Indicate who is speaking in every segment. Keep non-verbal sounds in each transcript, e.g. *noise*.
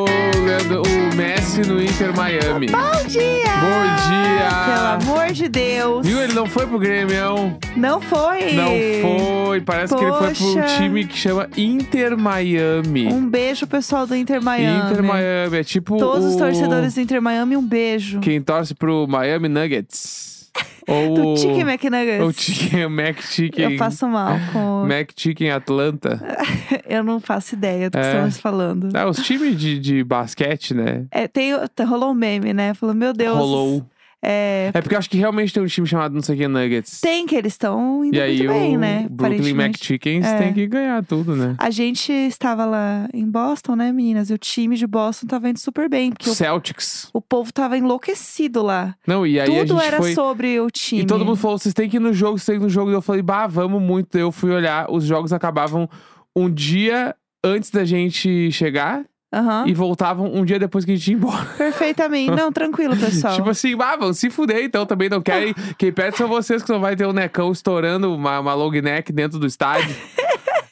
Speaker 1: um é
Speaker 2: Messi no Inter Miami.
Speaker 1: Bom dia!
Speaker 2: Bom dia!
Speaker 1: Pelo amor de Deus!
Speaker 2: Viu? Ele não foi pro Grêmio.
Speaker 1: Não foi!
Speaker 2: Não foi. Parece que ele foi
Speaker 1: Poxa.
Speaker 2: pro time que chama Inter Miami.
Speaker 1: Um beijo, pessoal do Inter Miami.
Speaker 2: Inter Miami. É tipo.
Speaker 1: Todos os
Speaker 2: o-
Speaker 1: torcedores do Inter Miami, um beijo.
Speaker 2: Quem torce pro Miami Nuggets.
Speaker 1: *laughs* Do
Speaker 2: ou.
Speaker 1: Chicken
Speaker 2: ou
Speaker 1: McNuggets.
Speaker 2: Chicken, o Mac Chicken.
Speaker 1: Eu passo mal
Speaker 2: *laughs*
Speaker 1: com...
Speaker 2: Mac Chicken Atlanta.
Speaker 1: Eu não faço ideia do que
Speaker 2: É.
Speaker 1: estamos falando.
Speaker 2: Ah, os times de, de basquete, né?
Speaker 1: É, tem, rolou um meme, né? Falou, meu Deus.
Speaker 2: Rolou. um.
Speaker 1: É,
Speaker 2: É porque eu acho que realmente tem um time chamado não sei o que Nuggets.
Speaker 1: tem que eles estão indo
Speaker 2: E aí
Speaker 1: muito bem,
Speaker 2: o
Speaker 1: né?
Speaker 2: Brooklyn
Speaker 1: aparentemente.
Speaker 2: McChickens
Speaker 1: É.
Speaker 2: tem que ganhar tudo, né?
Speaker 1: A gente estava lá em Boston, né, meninas? E o time de Boston tava indo super bem, porque o,
Speaker 2: Celtics.
Speaker 1: o povo tava enlouquecido lá.
Speaker 2: Não, e aí a
Speaker 1: Tudo
Speaker 2: gente
Speaker 1: era
Speaker 2: foi...
Speaker 1: sobre o time.
Speaker 2: E todo mundo falou, vocês têm que ir no jogo, vocês têm que ir no jogo. E eu falei, bah, vamos muito. Eu fui olhar, os jogos acabavam um dia antes da gente chegar.
Speaker 1: Aham.
Speaker 2: E voltavam um dia depois que a gente ia embora.
Speaker 1: Perfeitamente.
Speaker 2: *laughs*
Speaker 1: Não, tranquilo, pessoal.
Speaker 2: Tipo assim, ah, vão se fuder, então também não
Speaker 1: *laughs*
Speaker 2: querem. Quem perde são vocês que não vai ter um necão estourando uma, uma long neck dentro do
Speaker 1: *laughs*
Speaker 2: estádio.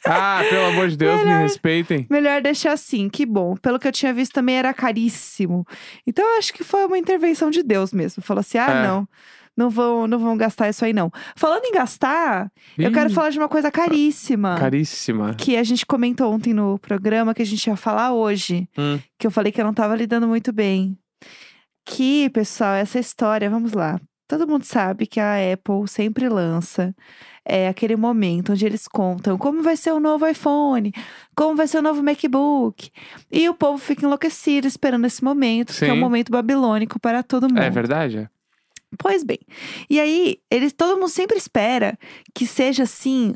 Speaker 2: ah, pelo amor de Deus, me respeitem.
Speaker 1: Melhor deixar assim, que bom. Pelo que eu tinha visto também era caríssimo. Então eu acho que foi uma intervenção de Deus mesmo. Falou assim: ah,
Speaker 2: É.
Speaker 1: não, não vão, não vão gastar isso aí não. Falando em gastar, eu quero
Speaker 2: Ih,
Speaker 1: falar de uma coisa caríssima.
Speaker 2: Caríssima.
Speaker 1: Que a gente comentou ontem no programa que a gente ia falar hoje,
Speaker 2: Hum.
Speaker 1: que eu falei que eu não tava lidando muito bem. Que, pessoal, essa história, vamos lá. Todo mundo sabe que a Apple sempre lança é, aquele momento onde eles contam como vai ser o novo iPhone, como vai ser o novo MacBook. E o povo fica enlouquecido esperando esse momento, que
Speaker 2: Sim.
Speaker 1: é um
Speaker 2: momento
Speaker 1: momento babilônico para todo mundo.
Speaker 2: É verdade? é.
Speaker 1: Pois bem. E aí, eles, todo mundo sempre espera que seja assim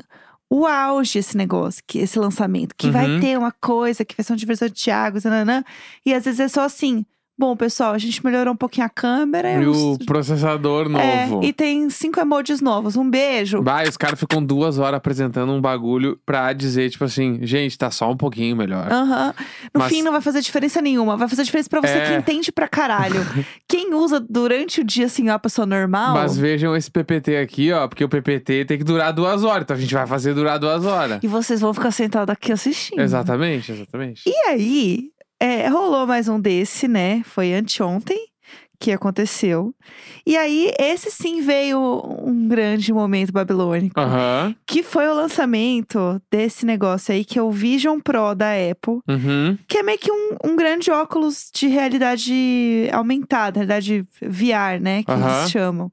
Speaker 1: o auge esse negócio, que esse lançamento, que vai
Speaker 2: Uhum.
Speaker 1: ter uma coisa, que vai ser um divisor de águas, nananã. E às vezes é só assim, bom, pessoal, a gente melhorou um pouquinho a câmera
Speaker 2: E o
Speaker 1: uns-
Speaker 2: processador
Speaker 1: um é,
Speaker 2: novo.
Speaker 1: e tem cinco emojis novos. Um beijo.
Speaker 2: Vai, os caras ficam duas horas apresentando um bagulho pra dizer, tipo assim, gente, tá só um pouquinho melhor.
Speaker 1: Aham. No
Speaker 2: Mas-
Speaker 1: fim, não vai fazer diferença nenhuma. Vai fazer diferença pra você
Speaker 2: É.
Speaker 1: que entende pra caralho.
Speaker 2: *laughs*
Speaker 1: Quem usa durante o dia, assim, ó, a pessoa normal.
Speaker 2: Mas vejam esse PPT aqui, ó, porque o PPT tem que durar duas horas, então a gente vai fazer durar duas horas.
Speaker 1: E vocês vão ficar sentados aqui assistindo.
Speaker 2: Exatamente, exatamente.
Speaker 1: E aí, é, rolou mais um desse, né? Foi anteontem que aconteceu. E aí, esse sim veio um grande momento babilônico.
Speaker 2: Aham.
Speaker 1: Que foi o lançamento desse negócio aí, que é o Vision Pro da Apple.
Speaker 2: Uhum.
Speaker 1: Que é meio que um, um grande óculos de realidade aumentada, realidade VR, né? Que
Speaker 2: Aham.
Speaker 1: eles chamam.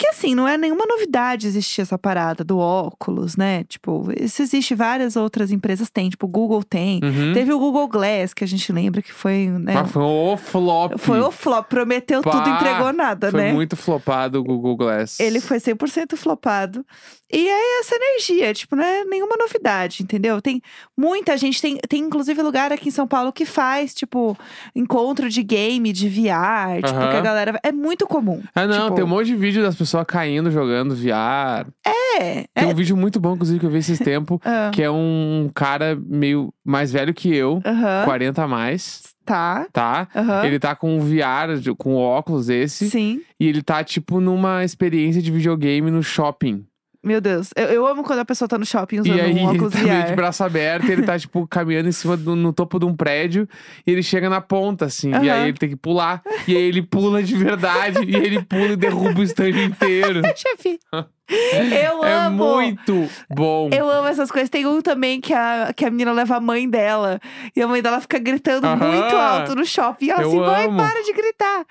Speaker 1: Que assim, não é nenhuma novidade existir essa parada do óculos, né? Tipo, isso existe, várias outras empresas têm. Tipo, o Google tem.
Speaker 2: Uhum.
Speaker 1: Teve o Google Glass, que a gente lembra que foi, né?
Speaker 2: Mas foi o flop.
Speaker 1: Foi o flop, prometeu
Speaker 2: Pá,
Speaker 1: tudo, entregou nada,
Speaker 2: Foi
Speaker 1: né?
Speaker 2: muito flopado o Google Glass.
Speaker 1: Ele foi 100% flopado. E é essa energia, tipo, não é nenhuma novidade, entendeu? Tem muita gente, tem, tem inclusive lugar aqui em São Paulo que faz, tipo, encontro de game, de VR, tipo,
Speaker 2: Aham.
Speaker 1: que a galera. É muito comum.
Speaker 2: Ah, não,
Speaker 1: tipo,
Speaker 2: tem um monte de vídeo das pessoas caindo, jogando VR.
Speaker 1: É, é.
Speaker 2: Tem um vídeo muito bom, inclusive, que eu vi
Speaker 1: *laughs*
Speaker 2: esses tempos,
Speaker 1: Ah,
Speaker 2: que é um cara meio mais velho que eu,
Speaker 1: Aham.
Speaker 2: 40 a mais,
Speaker 1: Tá.
Speaker 2: tá?
Speaker 1: Aham.
Speaker 2: Ele tá com um VR, de- com óculos esse,
Speaker 1: Sim.
Speaker 2: e ele tá tipo numa experiência de videogame no shopping.
Speaker 1: Meu Deus. Eu, eu amo quando a pessoa tá no shopping usando
Speaker 2: e aí *laughs*
Speaker 1: um
Speaker 2: ele
Speaker 1: óculos
Speaker 2: tá meio de
Speaker 1: VR.
Speaker 2: braço aberto, e ele tá tipo caminhando em cima do, no topo de um prédio, e ele chega na ponta assim, e
Speaker 1: Aham.
Speaker 2: aí ele tem que pular, e aí ele pula de verdade, e ele pula e derruba o estande inteiro.
Speaker 1: *laughs*
Speaker 2: *laughs*
Speaker 1: Chefe. *laughs* Eu
Speaker 2: é
Speaker 1: amo.
Speaker 2: muito bom.
Speaker 1: Eu amo essas coisas. Tem um também que a, que a menina leva a mãe dela. E a mãe dela fica gritando
Speaker 2: Aham.
Speaker 1: muito alto no shopping. E ela
Speaker 2: Eu
Speaker 1: assim, mãe,
Speaker 2: amo."
Speaker 1: para de gritar.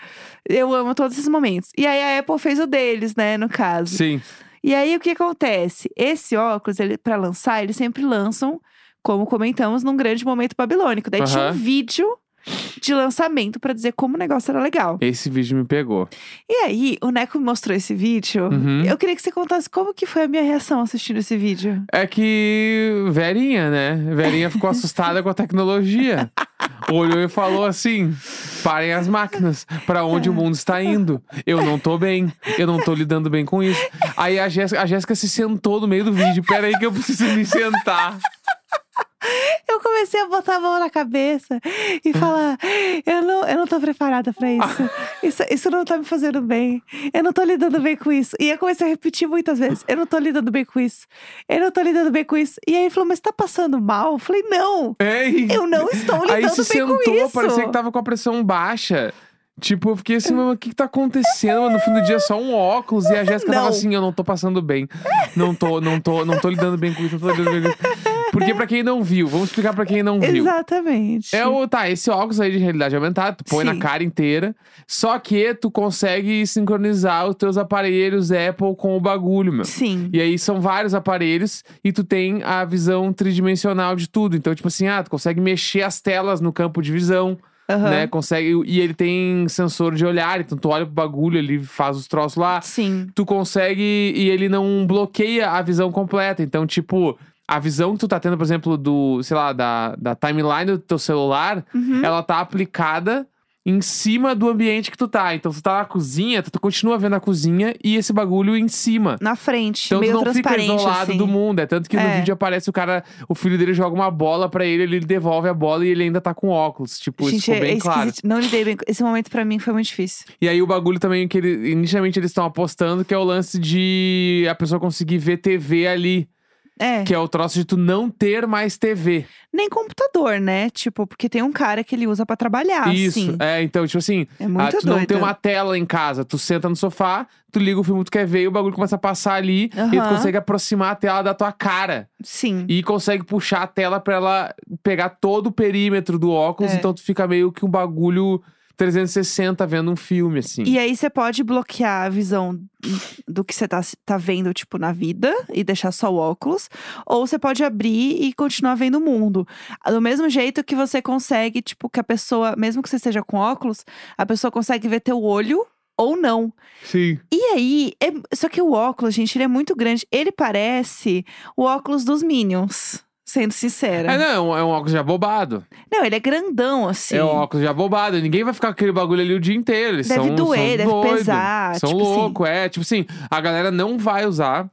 Speaker 1: Eu amo todos esses momentos. E aí a Apple fez o deles, né, no caso.
Speaker 2: Sim.
Speaker 1: E aí o que acontece? Esse óculos, ele, pra lançar, eles sempre lançam, como comentamos, num grande momento babilônico. Daí tinha um
Speaker 2: Aham.
Speaker 1: vídeo de lançamento pra dizer como o negócio era legal.
Speaker 2: Esse vídeo me pegou.
Speaker 1: E aí, o Neco me mostrou esse vídeo.
Speaker 2: Uhum.
Speaker 1: Eu queria que você contasse como que foi a minha reação assistindo esse vídeo.
Speaker 2: É que Verinha, né? Verinha ficou assustada com a tecnologia. Olhou e falou assim: parem as máquinas, pra onde o mundo está indo. Eu não tô bem, eu não tô lidando bem com isso. Aí a Jéssica, a Jéssica se sentou no meio do vídeo. Pera aí que eu preciso me sentar.
Speaker 1: Eu comecei a botar a mão na cabeça e falar: eu não, eu não tô preparada pra isso. isso. Isso não tá me fazendo bem. Eu não tô lidando bem com isso. E eu comecei a repetir muitas vezes: eu não tô lidando bem com isso. Eu não tô lidando bem com isso. E aí ele falou: mas tá passando mal? Eu falei: não,
Speaker 2: Ei!
Speaker 1: eu não estou lidando
Speaker 2: Aí se
Speaker 1: bem
Speaker 2: sentou,
Speaker 1: com isso.
Speaker 2: parecia que tava com a pressão baixa. Tipo, eu fiquei assim, mano, o que, que tá acontecendo? mano? No fim do dia, só um óculos. E a Jéssica tava
Speaker 1: Não.
Speaker 2: assim, eu não tô passando bem. Não tô, não tô, não tô lidando bem com isso, não tô lidando bem com isso. Porque pra quem não viu, vamos explicar pra quem não viu.
Speaker 1: Exatamente.
Speaker 2: É o, tá, esse óculos aí de realidade aumentada, tu põe na
Speaker 1: Sim.
Speaker 2: cara inteira. Só que tu consegue sincronizar os teus aparelhos Apple com o bagulho, meu.
Speaker 1: Sim.
Speaker 2: E aí são vários aparelhos e tu tem a visão tridimensional de tudo. Então, tipo assim, ah, tu consegue mexer as telas no campo de visão,
Speaker 1: Aham.
Speaker 2: né? Consegue. E ele tem sensor de olhar, então tu olha pro bagulho, ele faz os troços lá.
Speaker 1: Sim.
Speaker 2: Tu consegue. E ele não bloqueia a visão completa. Então, tipo. A visão que tu tá tendo, por exemplo, do, sei lá, da, da timeline do teu celular,
Speaker 1: Uhum.
Speaker 2: ela tá aplicada em cima do ambiente que tu tá. Então, tu tá na cozinha, tu, tu continua vendo a cozinha e esse bagulho em cima.
Speaker 1: Na frente,
Speaker 2: Então tu
Speaker 1: meio
Speaker 2: não fica
Speaker 1: transparente.
Speaker 2: isolado
Speaker 1: assim.
Speaker 2: do mundo. É tanto que no
Speaker 1: É.
Speaker 2: vídeo aparece o cara, o filho dele joga uma bola pra ele, ele devolve a bola e ele ainda tá com óculos. Tipo, isso
Speaker 1: Gente,
Speaker 2: ficou
Speaker 1: é
Speaker 2: bem claro.
Speaker 1: esquisito. Não lidei bem. com- Esse momento pra mim foi muito difícil.
Speaker 2: E aí o bagulho também que ele, inicialmente eles estão apostando, que é o lance de a pessoa conseguir ver TV ali.
Speaker 1: É.
Speaker 2: Que é o troço de tu não ter mais TV.
Speaker 1: Nem computador, né? Tipo, porque tem um cara que ele usa pra trabalhar,
Speaker 2: isso.
Speaker 1: assim.
Speaker 2: É, então, tipo assim,
Speaker 1: É,
Speaker 2: ah,
Speaker 1: muito
Speaker 2: tu
Speaker 1: doido.
Speaker 2: não tem uma tela em casa. Tu senta no sofá, tu liga o filme que tu quer ver e o bagulho começa a passar ali. E tu
Speaker 1: Aham.
Speaker 2: consegue aproximar a tela da tua cara.
Speaker 1: Sim.
Speaker 2: e consegue puxar a tela pra ela pegar todo o perímetro do óculos,
Speaker 1: É.
Speaker 2: então tu fica meio que um bagulho 360 vendo um filme assim.
Speaker 1: E aí você pode bloquear a visão do que você tá, tá vendo, tipo, na vida e deixar só o óculos. Ou você pode abrir e continuar vendo o mundo. Do mesmo jeito que você consegue, tipo, que a pessoa, mesmo que você esteja com óculos, a pessoa consegue ver teu olho ou não.
Speaker 2: Sim.
Speaker 1: E aí, é- só que o óculos, gente, ele é muito grande. Ele parece o óculos dos Minions, sendo sincera.
Speaker 2: É, não, é um óculos já bobado.
Speaker 1: Não, ele é grandão, assim.
Speaker 2: É um óculos já bobado. Ninguém vai ficar com aquele bagulho ali o dia inteiro. Eles
Speaker 1: Deve
Speaker 2: são, são
Speaker 1: doer, deve
Speaker 2: doido.
Speaker 1: pesar,
Speaker 2: São
Speaker 1: tipo
Speaker 2: louco, é. Tipo assim, a galera não vai usar.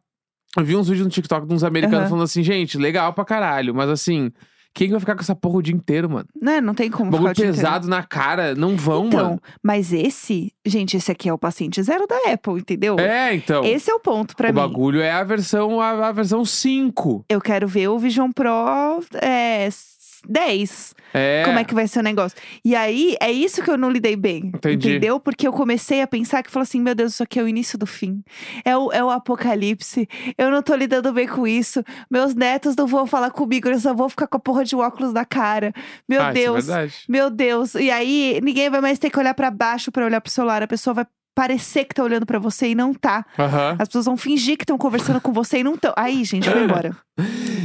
Speaker 2: Eu vi uns vídeos no TikTok de uns americanos
Speaker 1: Aham.
Speaker 2: falando assim, gente, legal pra caralho, mas assim, quem vai ficar com essa porra o dia inteiro, mano?
Speaker 1: Né? Não tem como
Speaker 2: bagulho
Speaker 1: ficar o dia inteiro.
Speaker 2: pesado na cara, não vão,
Speaker 1: Então,
Speaker 2: mano.
Speaker 1: mas esse, gente, esse aqui é o paciente zero da Apple, entendeu?
Speaker 2: É, então.
Speaker 1: Esse é o ponto pra
Speaker 2: o
Speaker 1: mim.
Speaker 2: bagulho é a versão a, a versão 5.
Speaker 1: Eu quero ver o Vision Pro é, s- 10.
Speaker 2: É.
Speaker 1: Como é que vai ser o negócio? E aí, é isso que eu não lidei bem.
Speaker 2: Entendi.
Speaker 1: Entendeu? Porque eu comecei a pensar que falou assim: meu Deus, isso aqui é o início do fim. É o, é o apocalipse. Eu não tô lidando bem com isso. Meus netos não vão falar comigo, eles só vão ficar com a porra de um óculos na cara. Meu
Speaker 2: Ah, isso é
Speaker 1: Deus.
Speaker 2: verdade.
Speaker 1: Meu Deus, e aí ninguém vai mais ter que olhar pra baixo pra olhar pro celular. A pessoa vai parecer que tá olhando pra você e não tá.
Speaker 2: Aham.
Speaker 1: As pessoas vão fingir que estão conversando com você e não estão. Aí, gente,
Speaker 2: *laughs*
Speaker 1: foi embora.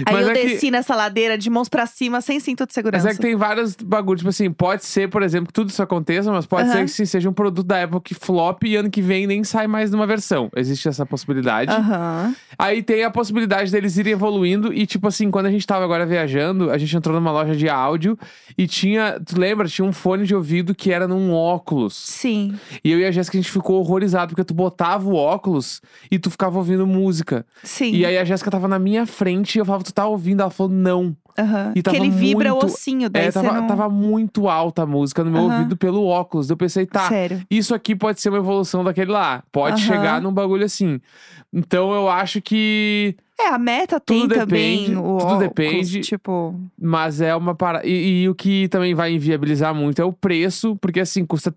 Speaker 1: Aí
Speaker 2: Mas
Speaker 1: eu
Speaker 2: é que-
Speaker 1: desci nessa ladeira de mãos pra cima, sem cinto de
Speaker 2: Mas
Speaker 1: segurança.
Speaker 2: é que tem vários bagulhos, tipo assim, pode ser, por exemplo, que tudo isso aconteça, mas pode ser
Speaker 1: Aham.
Speaker 2: que sim, seja um produto da Apple que flop e ano que vem nem sai mais numa versão. Existe essa possibilidade.
Speaker 1: Aham.
Speaker 2: Aí tem a possibilidade deles irem evoluindo e, tipo assim, quando a gente tava agora viajando, a gente entrou numa loja de áudio e tinha, tu lembra, tinha um fone de ouvido que era num óculos.
Speaker 1: Sim.
Speaker 2: E eu e a Jéssica, a gente ficou horrorizado, porque tu botava o óculos e tu ficava ouvindo música.
Speaker 1: Sim.
Speaker 2: E aí a Jéssica tava na minha frente e eu falava, tu tá ouvindo? Ela falou, não.
Speaker 1: Aham.
Speaker 2: e tava
Speaker 1: que ele vibra
Speaker 2: muito-
Speaker 1: o ossinho, daí
Speaker 2: É,
Speaker 1: você
Speaker 2: tava,
Speaker 1: não...
Speaker 2: tava muito alta a música no meu
Speaker 1: Aham.
Speaker 2: ouvido pelo óculos. Daí Eu pensei, tá,
Speaker 1: Sério.
Speaker 2: isso aqui pode ser uma evolução daquele lá. Pode
Speaker 1: Aham.
Speaker 2: chegar num bagulho assim. Então eu acho que.
Speaker 1: É, a meta tem
Speaker 2: Tudo
Speaker 1: também
Speaker 2: depende,
Speaker 1: o
Speaker 2: tudo
Speaker 1: óculos,
Speaker 2: depende.
Speaker 1: Tipo,
Speaker 2: Mas é uma parada. E, e o que também vai inviabilizar muito é o preço, porque assim, custa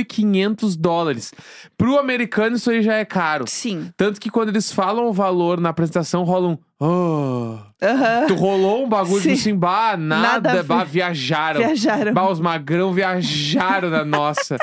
Speaker 2: 3.500 dólares. Pro americano, isso aí já é caro.
Speaker 1: sim.
Speaker 2: Tanto que quando eles falam o valor na apresentação, rola um. "Ah".
Speaker 1: Aham.
Speaker 2: Tu rolou um bagulho
Speaker 1: Sim.
Speaker 2: tipo assim, bah, nada,
Speaker 1: Nada a ver.
Speaker 2: bah, viajaram.
Speaker 1: *laughs* Viajaram.
Speaker 2: Bah, os magrão viajaram na nossa.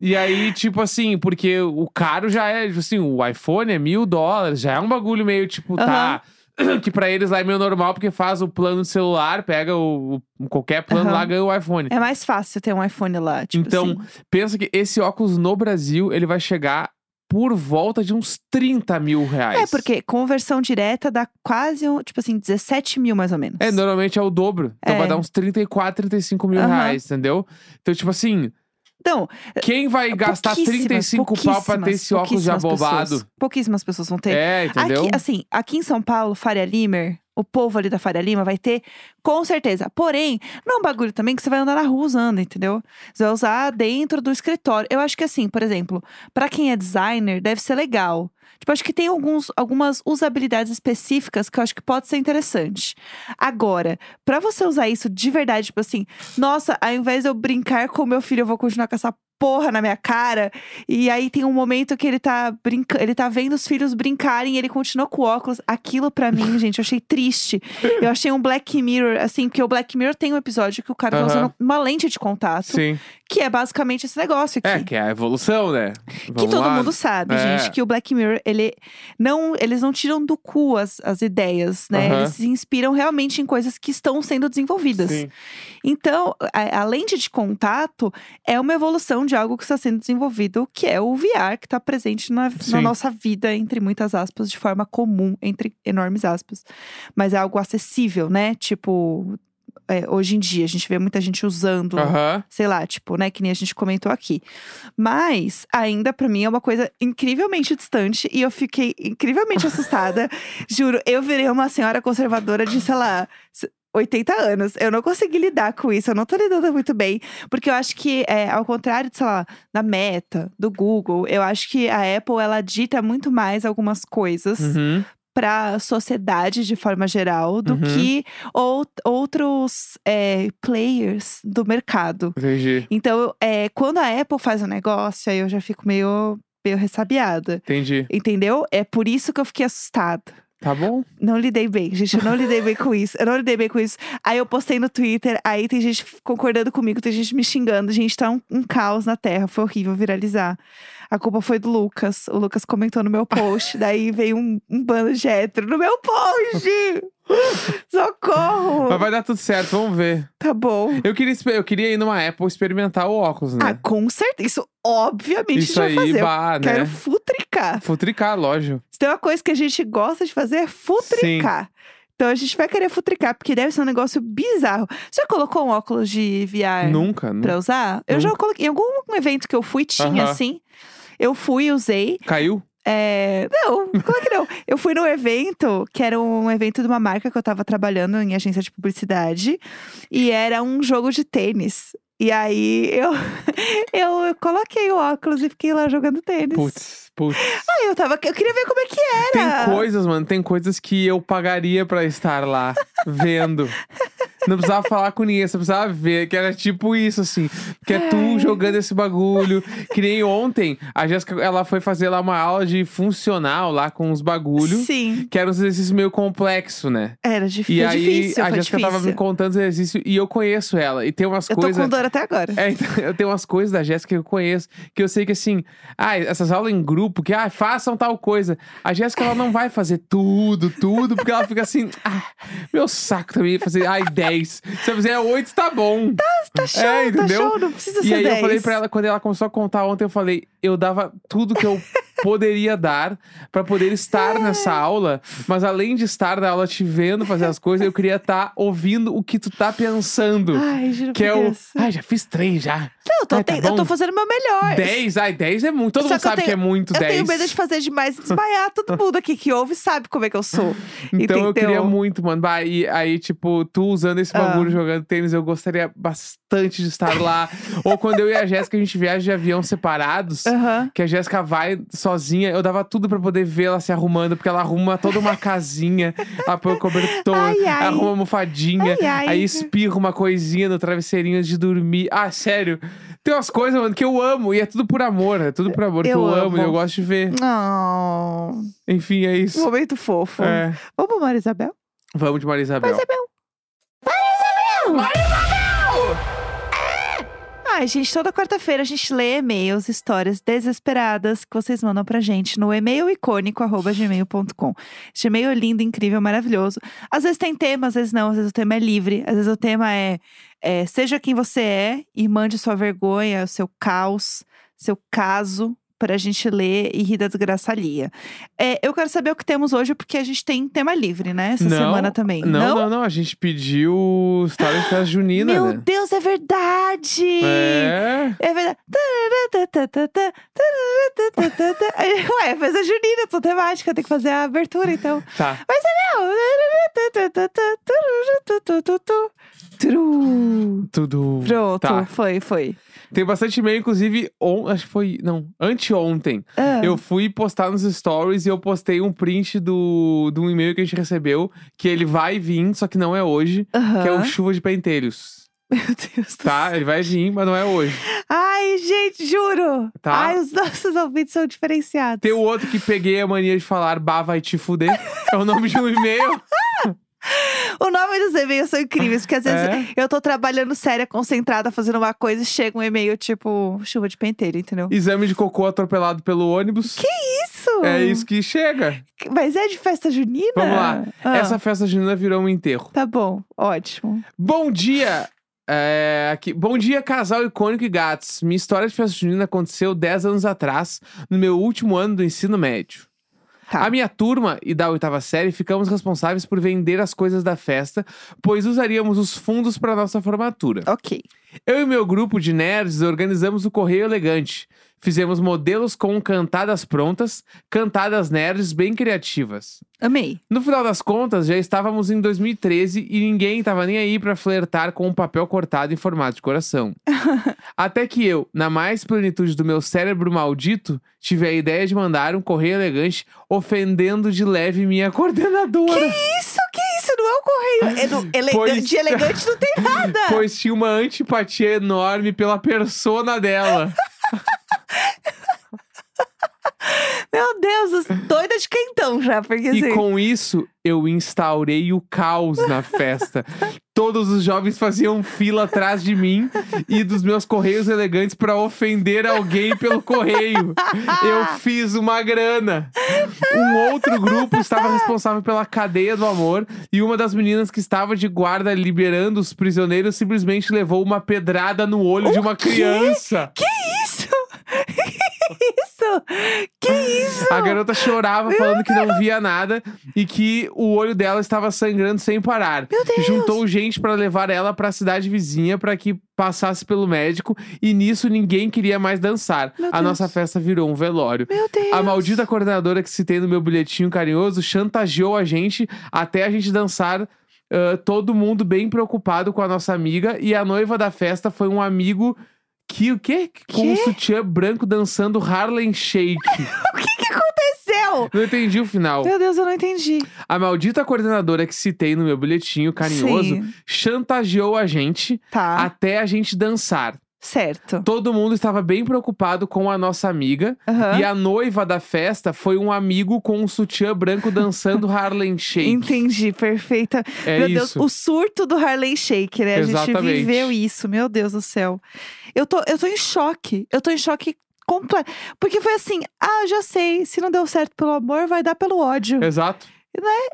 Speaker 2: E aí, tipo assim, porque o caro já é, tipo assim, o iPhone é mil dólares, já é um bagulho meio tipo, tá. *clears throat* Que pra eles lá é meio normal, porque faz o plano de celular, pega o, o- qualquer plano
Speaker 1: Aham.
Speaker 2: lá, ganha o iPhone.
Speaker 1: É mais fácil ter um iPhone lá, tipo
Speaker 2: então,
Speaker 1: assim.
Speaker 2: pensa que esse óculos no Brasil, ele vai chegar por volta de uns 30 mil reais.
Speaker 1: É, porque conversão direta dá quase, um, tipo assim, 17 mil mais ou menos.
Speaker 2: É, normalmente é o dobro. Então
Speaker 1: É.
Speaker 2: vai dar uns 34, 35 mil
Speaker 1: Aham.
Speaker 2: reais, entendeu? Então, tipo assim,
Speaker 1: Então,
Speaker 2: quem vai gastar
Speaker 1: pouquíssimas,
Speaker 2: 35 pau pra ter esse óculos
Speaker 1: pouquíssimas
Speaker 2: abobado?
Speaker 1: pessoas- pouquíssimas pessoas vão ter.
Speaker 2: É, entendeu?
Speaker 1: Aqui, assim, aqui em São Paulo, Faria Limer, o povo ali da Faria Lima vai ter, com certeza. Porém, não é um bagulho também que você vai andar na rua usando, entendeu? Você vai usar dentro do escritório. Eu acho que assim, por exemplo, pra quem é designer, deve ser legal. Tipo, acho que tem alguns, algumas usabilidades específicas que eu acho que pode ser interessante. Agora, pra você usar isso de verdade, tipo assim, nossa, ao invés de eu brincar com meu filho, eu vou continuar com essa porra na minha cara. E aí tem um momento que ele tá brincando, ele tá vendo os filhos brincarem e ele continua com o óculos. Aquilo pra
Speaker 2: *laughs*
Speaker 1: mim, gente, eu achei triste. Eu achei um Black Mirror, assim, porque o Black Mirror tem um episódio que o cara tá
Speaker 2: Aham.
Speaker 1: usando uma lente de contato,
Speaker 2: Sim.
Speaker 1: que é basicamente esse negócio aqui.
Speaker 2: É, que é a evolução, né?
Speaker 1: Que
Speaker 2: Vamos
Speaker 1: todo
Speaker 2: lá.
Speaker 1: mundo sabe,
Speaker 2: É.
Speaker 1: gente, que o Black Mirror, ele não, eles não tiram do cu as, as ideias, né?
Speaker 2: Aham.
Speaker 1: Eles se inspiram realmente em coisas que estão sendo desenvolvidas.
Speaker 2: Sim.
Speaker 1: Então, a, a lente de contato é uma evolução de algo que está sendo desenvolvido, que é o VR, que está presente na, na
Speaker 2: Sim.
Speaker 1: nossa vida, entre muitas aspas, de forma comum, entre enormes aspas. Mas é algo acessível, né? Tipo, é, hoje em dia, a gente vê muita gente usando
Speaker 2: Aham.
Speaker 1: sei lá, tipo, né, que nem a gente comentou aqui. Mas ainda pra mim é uma coisa incrivelmente distante e eu fiquei
Speaker 2: *laughs*
Speaker 1: incrivelmente assustada. Juro, eu virei uma senhora conservadora de, sei lá, s- 80 anos. Eu não consegui lidar com isso, eu não tô lidando muito bem, porque eu acho que é, ao contrário de, sei lá, da Meta, do Google, eu acho que a Apple ela dita muito mais algumas coisas
Speaker 2: Uhum.
Speaker 1: para a sociedade de forma geral do
Speaker 2: Uhum.
Speaker 1: que ou- outros é, players do mercado.
Speaker 2: Entendi.
Speaker 1: Então, é, quando a Apple faz um negócio, aí eu já fico meio, meio ressabiada.
Speaker 2: Entendi.
Speaker 1: Entendeu? É por isso que eu fiquei assustada.
Speaker 2: Tá bom?
Speaker 1: Não lidei bem, gente. Eu não lidei bem com isso. Eu não lidei bem com isso. Aí eu postei no Twitter, aí tem gente concordando comigo, tem gente me xingando. Gente, tá um, um caos na Terra. Foi horrível viralizar. A culpa foi do Lucas. O Lucas comentou no
Speaker 2: *laughs*
Speaker 1: meu post. daí veio um, um bando de hétero no meu post!
Speaker 2: *laughs* Mas
Speaker 1: Socorro!
Speaker 2: vai Né? dar tudo certo, vamos ver.
Speaker 1: Tá bom.
Speaker 2: Eu queria, espe- eu queria ir numa Apple experimentar o óculos, né?
Speaker 1: Ah, com certeza. Isso, obviamente,
Speaker 2: Isso
Speaker 1: a gente
Speaker 2: aí,
Speaker 1: vai fazer. Eu
Speaker 2: bah,
Speaker 1: Quero
Speaker 2: né?
Speaker 1: futricar.
Speaker 2: Futricar, lógico.
Speaker 1: Se tem uma coisa que a gente gosta de fazer é futricar. Então a gente vai querer futricar, porque deve ser um negócio bizarro. Você já colocou um óculos de VR
Speaker 2: Nunca, nunca.
Speaker 1: pra usar? Eu já coloquei. Em algum evento que eu fui, tinha
Speaker 2: Aham.
Speaker 1: assim. Eu fui, usei.
Speaker 2: Caiu?
Speaker 1: É, Não, claro que não. Eu fui num evento, que era um evento de uma marca que eu tava trabalhando em agência de publicidade. E era um jogo de tênis. E aí eu, *laughs* eu coloquei o óculos e fiquei lá jogando tênis.
Speaker 2: Putz, putz.
Speaker 1: Aí eu tava. Eu queria ver como é que
Speaker 2: Tem
Speaker 1: era.
Speaker 2: coisas, mano, tem coisas que eu pagaria pra estar lá, vendo. Não precisava falar com ninguém, só precisava ver, que era tipo isso, assim. Que é tu
Speaker 1: Ai.
Speaker 2: jogando esse bagulho. Que nem ontem, a Jéssica, ela foi fazer lá uma aula de funcional lá com os bagulho.
Speaker 1: Sim.
Speaker 2: Que era uns exercícios meio complexo, né?
Speaker 1: Era difícil.
Speaker 2: E
Speaker 1: foi
Speaker 2: aí
Speaker 1: difícil,
Speaker 2: a
Speaker 1: foi
Speaker 2: Jéssica
Speaker 1: difícil.
Speaker 2: tava me contando os exercícios e eu conheço ela. E tem umas
Speaker 1: eu tô
Speaker 2: coisas.
Speaker 1: com dor até agora.
Speaker 2: É, então, *laughs* eu tenho umas coisas da Jéssica que eu conheço, que eu sei que assim, ah, essas aulas em grupo, que ah, façam tal coisa. A Jéssica ela não vai fazer tudo, tudo, porque ela fica assim, ah, meu saco também fazer, ai, 10. Se eu fizer 8, tá bom.
Speaker 1: Tá show, tá
Speaker 2: é, entendeu?
Speaker 1: show, não precisa
Speaker 2: e
Speaker 1: ser
Speaker 2: aí
Speaker 1: 10.
Speaker 2: eu falei pra ela, quando ela começou a contar ontem, eu falei, eu dava tudo que eu poderia dar pra poder estar nessa
Speaker 1: É.
Speaker 2: aula, mas além de estar na aula te vendo fazer as coisas, eu queria estar ouvindo o que tu tá pensando.
Speaker 1: Ai, juro
Speaker 2: Que
Speaker 1: por
Speaker 2: é o.
Speaker 1: Deus.
Speaker 2: Ai, já fiz três já.
Speaker 1: Não, eu tô,
Speaker 2: Ai, tá
Speaker 1: ten- eu tô
Speaker 2: bom.
Speaker 1: fazendo o meu melhor.
Speaker 2: 10, ai, 10 é muito. Todo
Speaker 1: Só
Speaker 2: mundo
Speaker 1: que eu
Speaker 2: sabe que é
Speaker 1: tenho-
Speaker 2: muito
Speaker 1: Eu
Speaker 2: 10.
Speaker 1: tenho medo de fazer demais e desmaiar.
Speaker 2: *laughs*
Speaker 1: Todo mundo aqui que ouve sabe como é que eu sou.
Speaker 2: Então eu
Speaker 1: entendeu? Ah.
Speaker 2: queria muito, mano. Bah, e aí, tipo, tu usando esse bagulho, jogando tênis, eu gostaria bastante de estar
Speaker 1: *laughs*
Speaker 2: lá. Ou quando eu e a Jéssica, a gente viaja de avião separados.
Speaker 1: Aham.
Speaker 2: Que a Jéssica vai sozinha, eu dava tudo pra poder ver ela se arrumando, porque ela arruma toda uma casinha, ela põe o cobertor,
Speaker 1: Ai, ai.
Speaker 2: arruma uma almofadinha,
Speaker 1: Ai, ai.
Speaker 2: aí espirra uma coisinha no travesseirinho antes de dormir. Ah, sério, tem umas coisas, mano, que eu amo, e é tudo por amor, é tudo por amor que
Speaker 1: Eu
Speaker 2: eu amo, e
Speaker 1: amo.
Speaker 2: eu gosto de ver.
Speaker 1: Não.
Speaker 2: Enfim, é isso.
Speaker 1: Ah, Momento fofo.
Speaker 2: É.
Speaker 1: Vamos, Maria Isabel?
Speaker 2: Vamos de Maria Isabel.
Speaker 1: Maria Isabel. É! Ai, gente, toda quarta-feira a gente lê e-mails, histórias desesperadas que vocês mandam pra gente no e-mail icônico.gmail.com. Esse e-mail é lindo, incrível, maravilhoso. Às vezes tem tema, às vezes não, às vezes o tema é livre, às vezes o tema é, é, seja quem você é e mande sua vergonha, o seu caos, seu caso pra gente ler e rir da desgraça alheia. É, eu quero saber o que temos hoje, porque a gente tem tema livre, né? Essa
Speaker 2: Não,
Speaker 1: semana também.
Speaker 2: Não, não, não, A gente pediu História de Festa Junina,
Speaker 1: Meu
Speaker 2: né?
Speaker 1: Deus, é verdade!
Speaker 2: É.
Speaker 1: É verdade. Tarará, tá, tá, tá, tá. Aí, Ué, fez a Junina, tô temática, tem que fazer a abertura, então.
Speaker 2: Tá.
Speaker 1: Tru.
Speaker 2: Tudo.
Speaker 1: Pronto,
Speaker 2: Tá.
Speaker 1: foi, foi.
Speaker 2: Tem bastante e-mail, inclusive, on... acho que foi. Não, anteontem.
Speaker 1: Ah,
Speaker 2: Eu fui postar nos stories e eu postei um print do, do e-mail que a gente recebeu, que ele vai vir, só que não é hoje, que é o
Speaker 1: aham.
Speaker 2: Chuva de Pentelhos.
Speaker 1: Meu Deus do
Speaker 2: Tá?
Speaker 1: céu.
Speaker 2: Ele vai vir, mas não é hoje.
Speaker 1: Ai, gente, juro.
Speaker 2: Tá.
Speaker 1: Ai, os nossos ouvintes são diferenciados.
Speaker 2: Tem o outro que peguei a mania de falar, bah, vai te fuder. *laughs* É o nome de um e-mail.
Speaker 1: O nome dos e-mails são incríveis, porque às vezes
Speaker 2: É.
Speaker 1: eu tô trabalhando séria, concentrada, fazendo uma coisa e chega um e-mail tipo chuva de penteiro, entendeu?
Speaker 2: Exame de cocô atropelado pelo ônibus.
Speaker 1: Isso!
Speaker 2: É isso que chega.
Speaker 1: Mas é de festa junina?
Speaker 2: Vamos lá.
Speaker 1: Ah,
Speaker 2: Essa festa junina virou um enterro.
Speaker 1: Tá bom, ótimo.
Speaker 2: Bom dia! É, aqui. Bom dia, casal icônico e gatos. Minha história de festa junina aconteceu 10 anos atrás, no meu último ano do ensino médio.
Speaker 1: Tá.
Speaker 2: A minha turma e da oitava série ficamos responsáveis por vender as coisas da festa, pois usaríamos os fundos para nossa formatura.
Speaker 1: Ok.
Speaker 2: Eu e meu grupo de nerds organizamos o Correio Elegante. Fizemos modelos com cantadas prontas, cantadas nerds bem criativas.
Speaker 1: Amei.
Speaker 2: No final das contas, já estávamos em 2013 e ninguém estava nem aí para flertar com um papel cortado em formato de coração. Até que eu, na mais plenitude do meu cérebro maldito, tive a ideia de mandar um correio elegante ofendendo de leve minha *laughs* coordenadora,
Speaker 1: Isso, que isso? Não é o correio. É
Speaker 2: *laughs*
Speaker 1: do- elega-
Speaker 2: um Pois-
Speaker 1: De elegante não tem nada.
Speaker 2: *laughs* pois tinha uma antipatia enorme pela persona dela.
Speaker 1: Meu Deus, as doidas de quentão já, porque
Speaker 2: E
Speaker 1: assim.
Speaker 2: com isso, eu instaurei o caos na festa. Todos os jovens faziam fila atrás de mim e dos meus correios elegantes para ofender alguém pelo correio. Eu fiz uma grana. Um outro grupo estava responsável pela cadeia do amor e uma das meninas que estava de guarda liberando os prisioneiros simplesmente levou uma pedrada no olho de uma
Speaker 1: quê?
Speaker 2: criança.
Speaker 1: Que isso? *laughs* isso? Que isso?
Speaker 2: A garota chorava falando que não via nada e que o olho dela estava sangrando sem parar.
Speaker 1: Meu Deus.
Speaker 2: Juntou gente pra levar ela pra cidade vizinha pra que passasse pelo médico e nisso ninguém queria mais dançar.
Speaker 1: Meu
Speaker 2: A
Speaker 1: Deus.
Speaker 2: nossa festa virou um velório.
Speaker 1: Meu Deus.
Speaker 2: A maldita coordenadora que citei no meu bilhetinho carinhoso chantageou a gente até a gente dançar. ah, todo mundo bem preocupado com a nossa amiga e a noiva da festa foi um amigo que o quê? Com um
Speaker 1: Quê?
Speaker 2: sutiã branco dançando Harlem Shake.
Speaker 1: O que, que aconteceu?
Speaker 2: Não entendi o final.
Speaker 1: Meu Deus, eu não entendi.
Speaker 2: A maldita coordenadora que citei no meu bilhetinho carinhoso
Speaker 1: Sim,
Speaker 2: chantageou a gente
Speaker 1: tá,
Speaker 2: até a gente dançar.
Speaker 1: certo.
Speaker 2: Todo mundo estava bem preocupado com a nossa amiga.
Speaker 1: Aham.
Speaker 2: E a noiva da festa foi um amigo com um sutiã branco
Speaker 1: *laughs*
Speaker 2: dançando Harlem Shake.
Speaker 1: Entendi, perfeita.
Speaker 2: É
Speaker 1: meu Deus,
Speaker 2: isso.
Speaker 1: o surto do Harlem Shake, né? A gente
Speaker 2: Exatamente.
Speaker 1: viveu isso, meu Deus do céu. Eu tô, eu tô em choque. Eu tô em choque completo. Porque foi assim: ah, já sei, se não deu certo pelo amor, vai dar pelo ódio.
Speaker 2: Exato.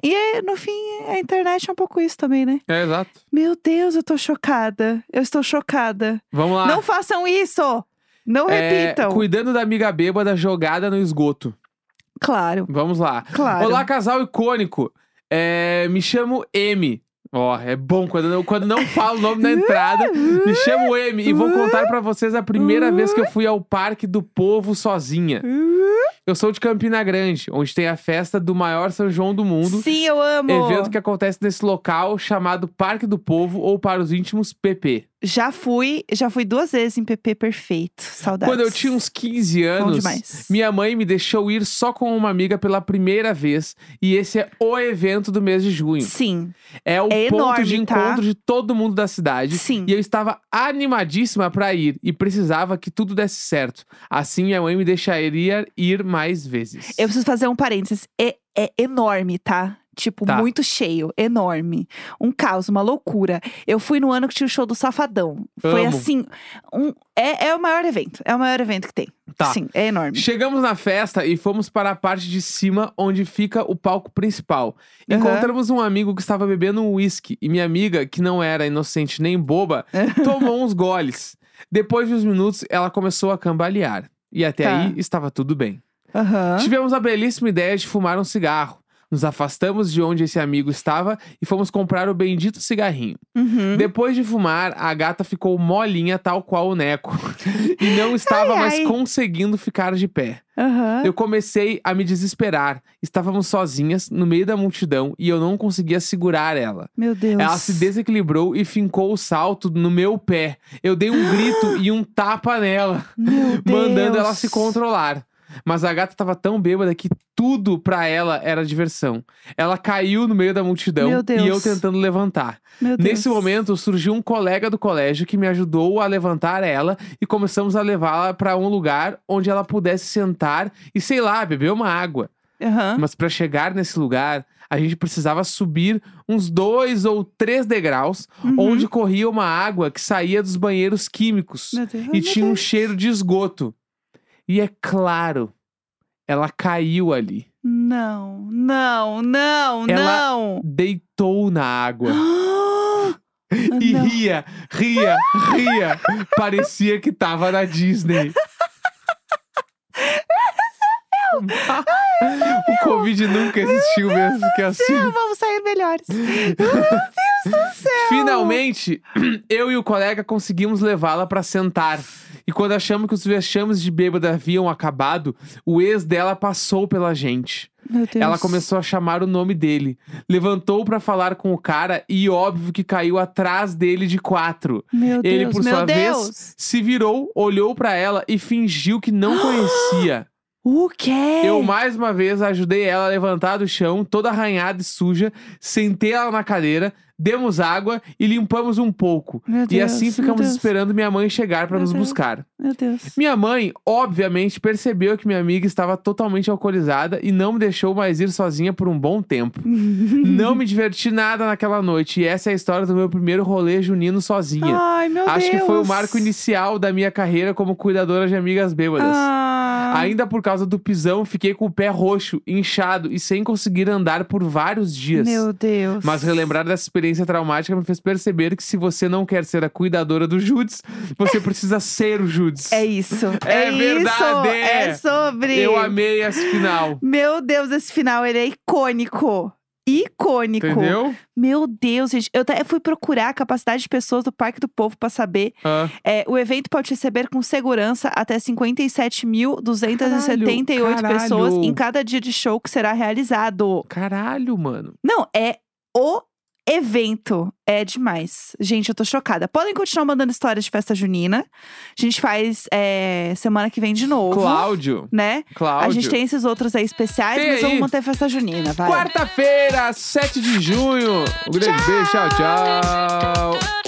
Speaker 1: E aí, no fim, a internet é um pouco isso também, né?
Speaker 2: É, exato.
Speaker 1: Meu Deus, eu tô chocada. Eu estou chocada.
Speaker 2: Vamos lá.
Speaker 1: Não façam isso! Não
Speaker 2: Ah. É,
Speaker 1: repitam.
Speaker 2: cuidando da amiga bêbada jogada no esgoto.
Speaker 1: Claro,
Speaker 2: Vamos lá.
Speaker 1: claro.
Speaker 2: Olá, casal icônico. É, me chamo M. Ó, é bom quando, eu- quando não falo o
Speaker 1: *laughs*
Speaker 2: nome na entrada. Me chamo M e vou contar pra vocês a primeira vez que eu fui ao Parque do Povo sozinha.
Speaker 1: Uh,
Speaker 2: Eu sou de Campina Grande, onde tem a festa do maior São João do mundo.
Speaker 1: Sim, eu amo.
Speaker 2: Evento que acontece nesse local chamado Parque do Povo ou para os íntimos PP.
Speaker 1: Já fui, já fui duas vezes em PP perfeito. Saudades.
Speaker 2: Quando eu tinha uns 15
Speaker 1: Bom
Speaker 2: anos,
Speaker 1: demais.
Speaker 2: minha mãe me deixou ir só com uma amiga pela primeira vez, e esse é o evento do mês de junho.
Speaker 1: Sim,
Speaker 2: É o
Speaker 1: É
Speaker 2: ponto
Speaker 1: enorme,
Speaker 2: de
Speaker 1: tá?
Speaker 2: encontro de todo mundo da cidade.
Speaker 1: sim.
Speaker 2: E eu estava animadíssima pra ir e precisava que tudo desse certo. Assim minha mãe me deixaria ir mais vezes.
Speaker 1: Eu preciso fazer um parênteses. É, é enorme, tá? Tipo,
Speaker 2: Tá.
Speaker 1: muito cheio, enorme. Um caos, uma loucura. Eu fui no ano que tinha o show do Safadão. Foi
Speaker 2: Amo.
Speaker 1: assim. Um, é, é o maior evento. É o maior evento que tem.
Speaker 2: Tá.
Speaker 1: Sim, é enorme.
Speaker 2: Chegamos na festa e fomos para a parte de cima onde fica o palco principal.
Speaker 1: Aham.
Speaker 2: Encontramos um amigo que estava bebendo um uísque e minha amiga, que não era inocente nem boba,
Speaker 1: É. *laughs*
Speaker 2: tomou uns goles. Depois de uns minutos, ela começou a cambalear. E até
Speaker 1: Tá.
Speaker 2: aí estava tudo bem.
Speaker 1: Aham.
Speaker 2: Tivemos a belíssima ideia de fumar um cigarro. Nos afastamos de onde esse amigo estava e fomos comprar o bendito cigarrinho.
Speaker 1: Uhum.
Speaker 2: Depois de fumar, a gata ficou molinha, tal qual o Neco, *laughs* e não estava
Speaker 1: Ai,
Speaker 2: mais
Speaker 1: ai.
Speaker 2: conseguindo ficar de pé.
Speaker 1: Aham.
Speaker 2: Eu comecei a me desesperar. Estávamos sozinhas, no meio da multidão, e eu não conseguia segurar ela.
Speaker 1: Meu Deus.
Speaker 2: Ela se desequilibrou e fincou o salto no meu pé. Eu dei um
Speaker 1: *gasps*
Speaker 2: grito e um tapa nela,
Speaker 1: Meu Deus.
Speaker 2: mandando ela se controlar. Mas a gata estava tão bêbada que tudo pra ela era diversão. Ela caiu no meio da multidão
Speaker 1: Meu Deus.
Speaker 2: e eu tentando levantar.
Speaker 1: Meu Deus.
Speaker 2: Nesse momento, surgiu um colega do colégio que me ajudou a levantar ela e começamos a levá-la para um lugar onde ela pudesse sentar e, sei lá, beber uma água.
Speaker 1: Aham.
Speaker 2: Mas para chegar nesse lugar, a gente precisava subir uns dois ou três degraus,
Speaker 1: Uhum.
Speaker 2: onde corria uma água que saía dos banheiros químicos
Speaker 1: Meu Deus.
Speaker 2: e
Speaker 1: Meu
Speaker 2: tinha um
Speaker 1: Deus.
Speaker 2: cheiro de esgoto. E é claro, ela caiu ali,
Speaker 1: Não, não, não,
Speaker 2: Ela-
Speaker 1: não.
Speaker 2: deitou na
Speaker 1: *gasps*
Speaker 2: água.
Speaker 1: Ah,
Speaker 2: *gasps* E
Speaker 1: não.
Speaker 2: ria, ria, ria. Parecia que tava na Disney. o Covid nunca existiu mesmo que assim.
Speaker 1: Não, Ah, vamos sair melhores.
Speaker 2: Finalmente, *clears throat* eu e o colega conseguimos levá-la pra sentar. E quando achamos que os vexames de bêbada haviam acabado, o ex dela passou pela gente.
Speaker 1: Meu Deus.
Speaker 2: Ela começou a chamar o nome dele. Levantou pra falar com o cara e óbvio que caiu atrás dele de quatro.
Speaker 1: Meu Deus.
Speaker 2: Ele, por
Speaker 1: Meu
Speaker 2: sua
Speaker 1: Deus.
Speaker 2: vez, se virou, olhou pra ela e fingiu que
Speaker 1: *gasps*
Speaker 2: não conhecia.
Speaker 1: O quê?
Speaker 2: Eu, mais uma vez, ajudei ela a levantar do chão, toda arranhada e suja, sentei ela na cadeira, demos água e limpamos um pouco.
Speaker 1: Meu Deus,
Speaker 2: e assim
Speaker 1: meu
Speaker 2: ficamos
Speaker 1: Deus,
Speaker 2: esperando minha mãe chegar pra
Speaker 1: Meu
Speaker 2: nos
Speaker 1: Deus.
Speaker 2: buscar.
Speaker 1: Meu Deus.
Speaker 2: Minha mãe, obviamente, percebeu que minha amiga estava totalmente alcoolizada e não me deixou mais ir sozinha por um bom
Speaker 1: *laughs*
Speaker 2: tempo. não me diverti nada naquela noite e essa é a história do meu primeiro rolê junino sozinha.
Speaker 1: Ai, meu Deus.
Speaker 2: Acho que foi o marco inicial da minha carreira como cuidadora de amigas bêbadas.
Speaker 1: Ah,
Speaker 2: Ainda por causa do pisão, fiquei com o pé roxo, inchado e sem conseguir andar por vários dias.
Speaker 1: Meu Deus.
Speaker 2: Mas relembrar dessa experiência traumática me fez perceber que se você não quer ser a cuidadora do Judes, você
Speaker 1: *laughs*
Speaker 2: precisa ser o Judes.
Speaker 1: É isso.
Speaker 2: *laughs* É
Speaker 1: isso,
Speaker 2: verdade.
Speaker 1: É sobre.
Speaker 2: Eu amei esse
Speaker 1: *laughs*
Speaker 2: final.
Speaker 1: Meu Deus, esse final ele é icônico. Icônico.
Speaker 2: Entendeu?
Speaker 1: Meu Deus, gente. Eu até fui procurar a capacidade de pessoas do Parque do Povo pra saber.
Speaker 2: Ah.
Speaker 1: É, o evento pode receber com segurança até 57.278
Speaker 2: Caralho,
Speaker 1: pessoas
Speaker 2: caralho.
Speaker 1: em cada dia de show que será realizado.
Speaker 2: Caralho, mano.
Speaker 1: Não, é o evento. É demais. Gente, eu tô chocada. Podem continuar mandando histórias de festa junina. A gente faz é, semana que vem de novo.
Speaker 2: Cláudio.
Speaker 1: Né?
Speaker 2: Cláudio.
Speaker 1: A gente tem esses outros aí especiais,
Speaker 2: Tem
Speaker 1: mas
Speaker 2: aí.
Speaker 1: vamos manter festa junina, vai.
Speaker 2: Quarta-feira, 7 de junho. Um grande beijo, tchau, tchau.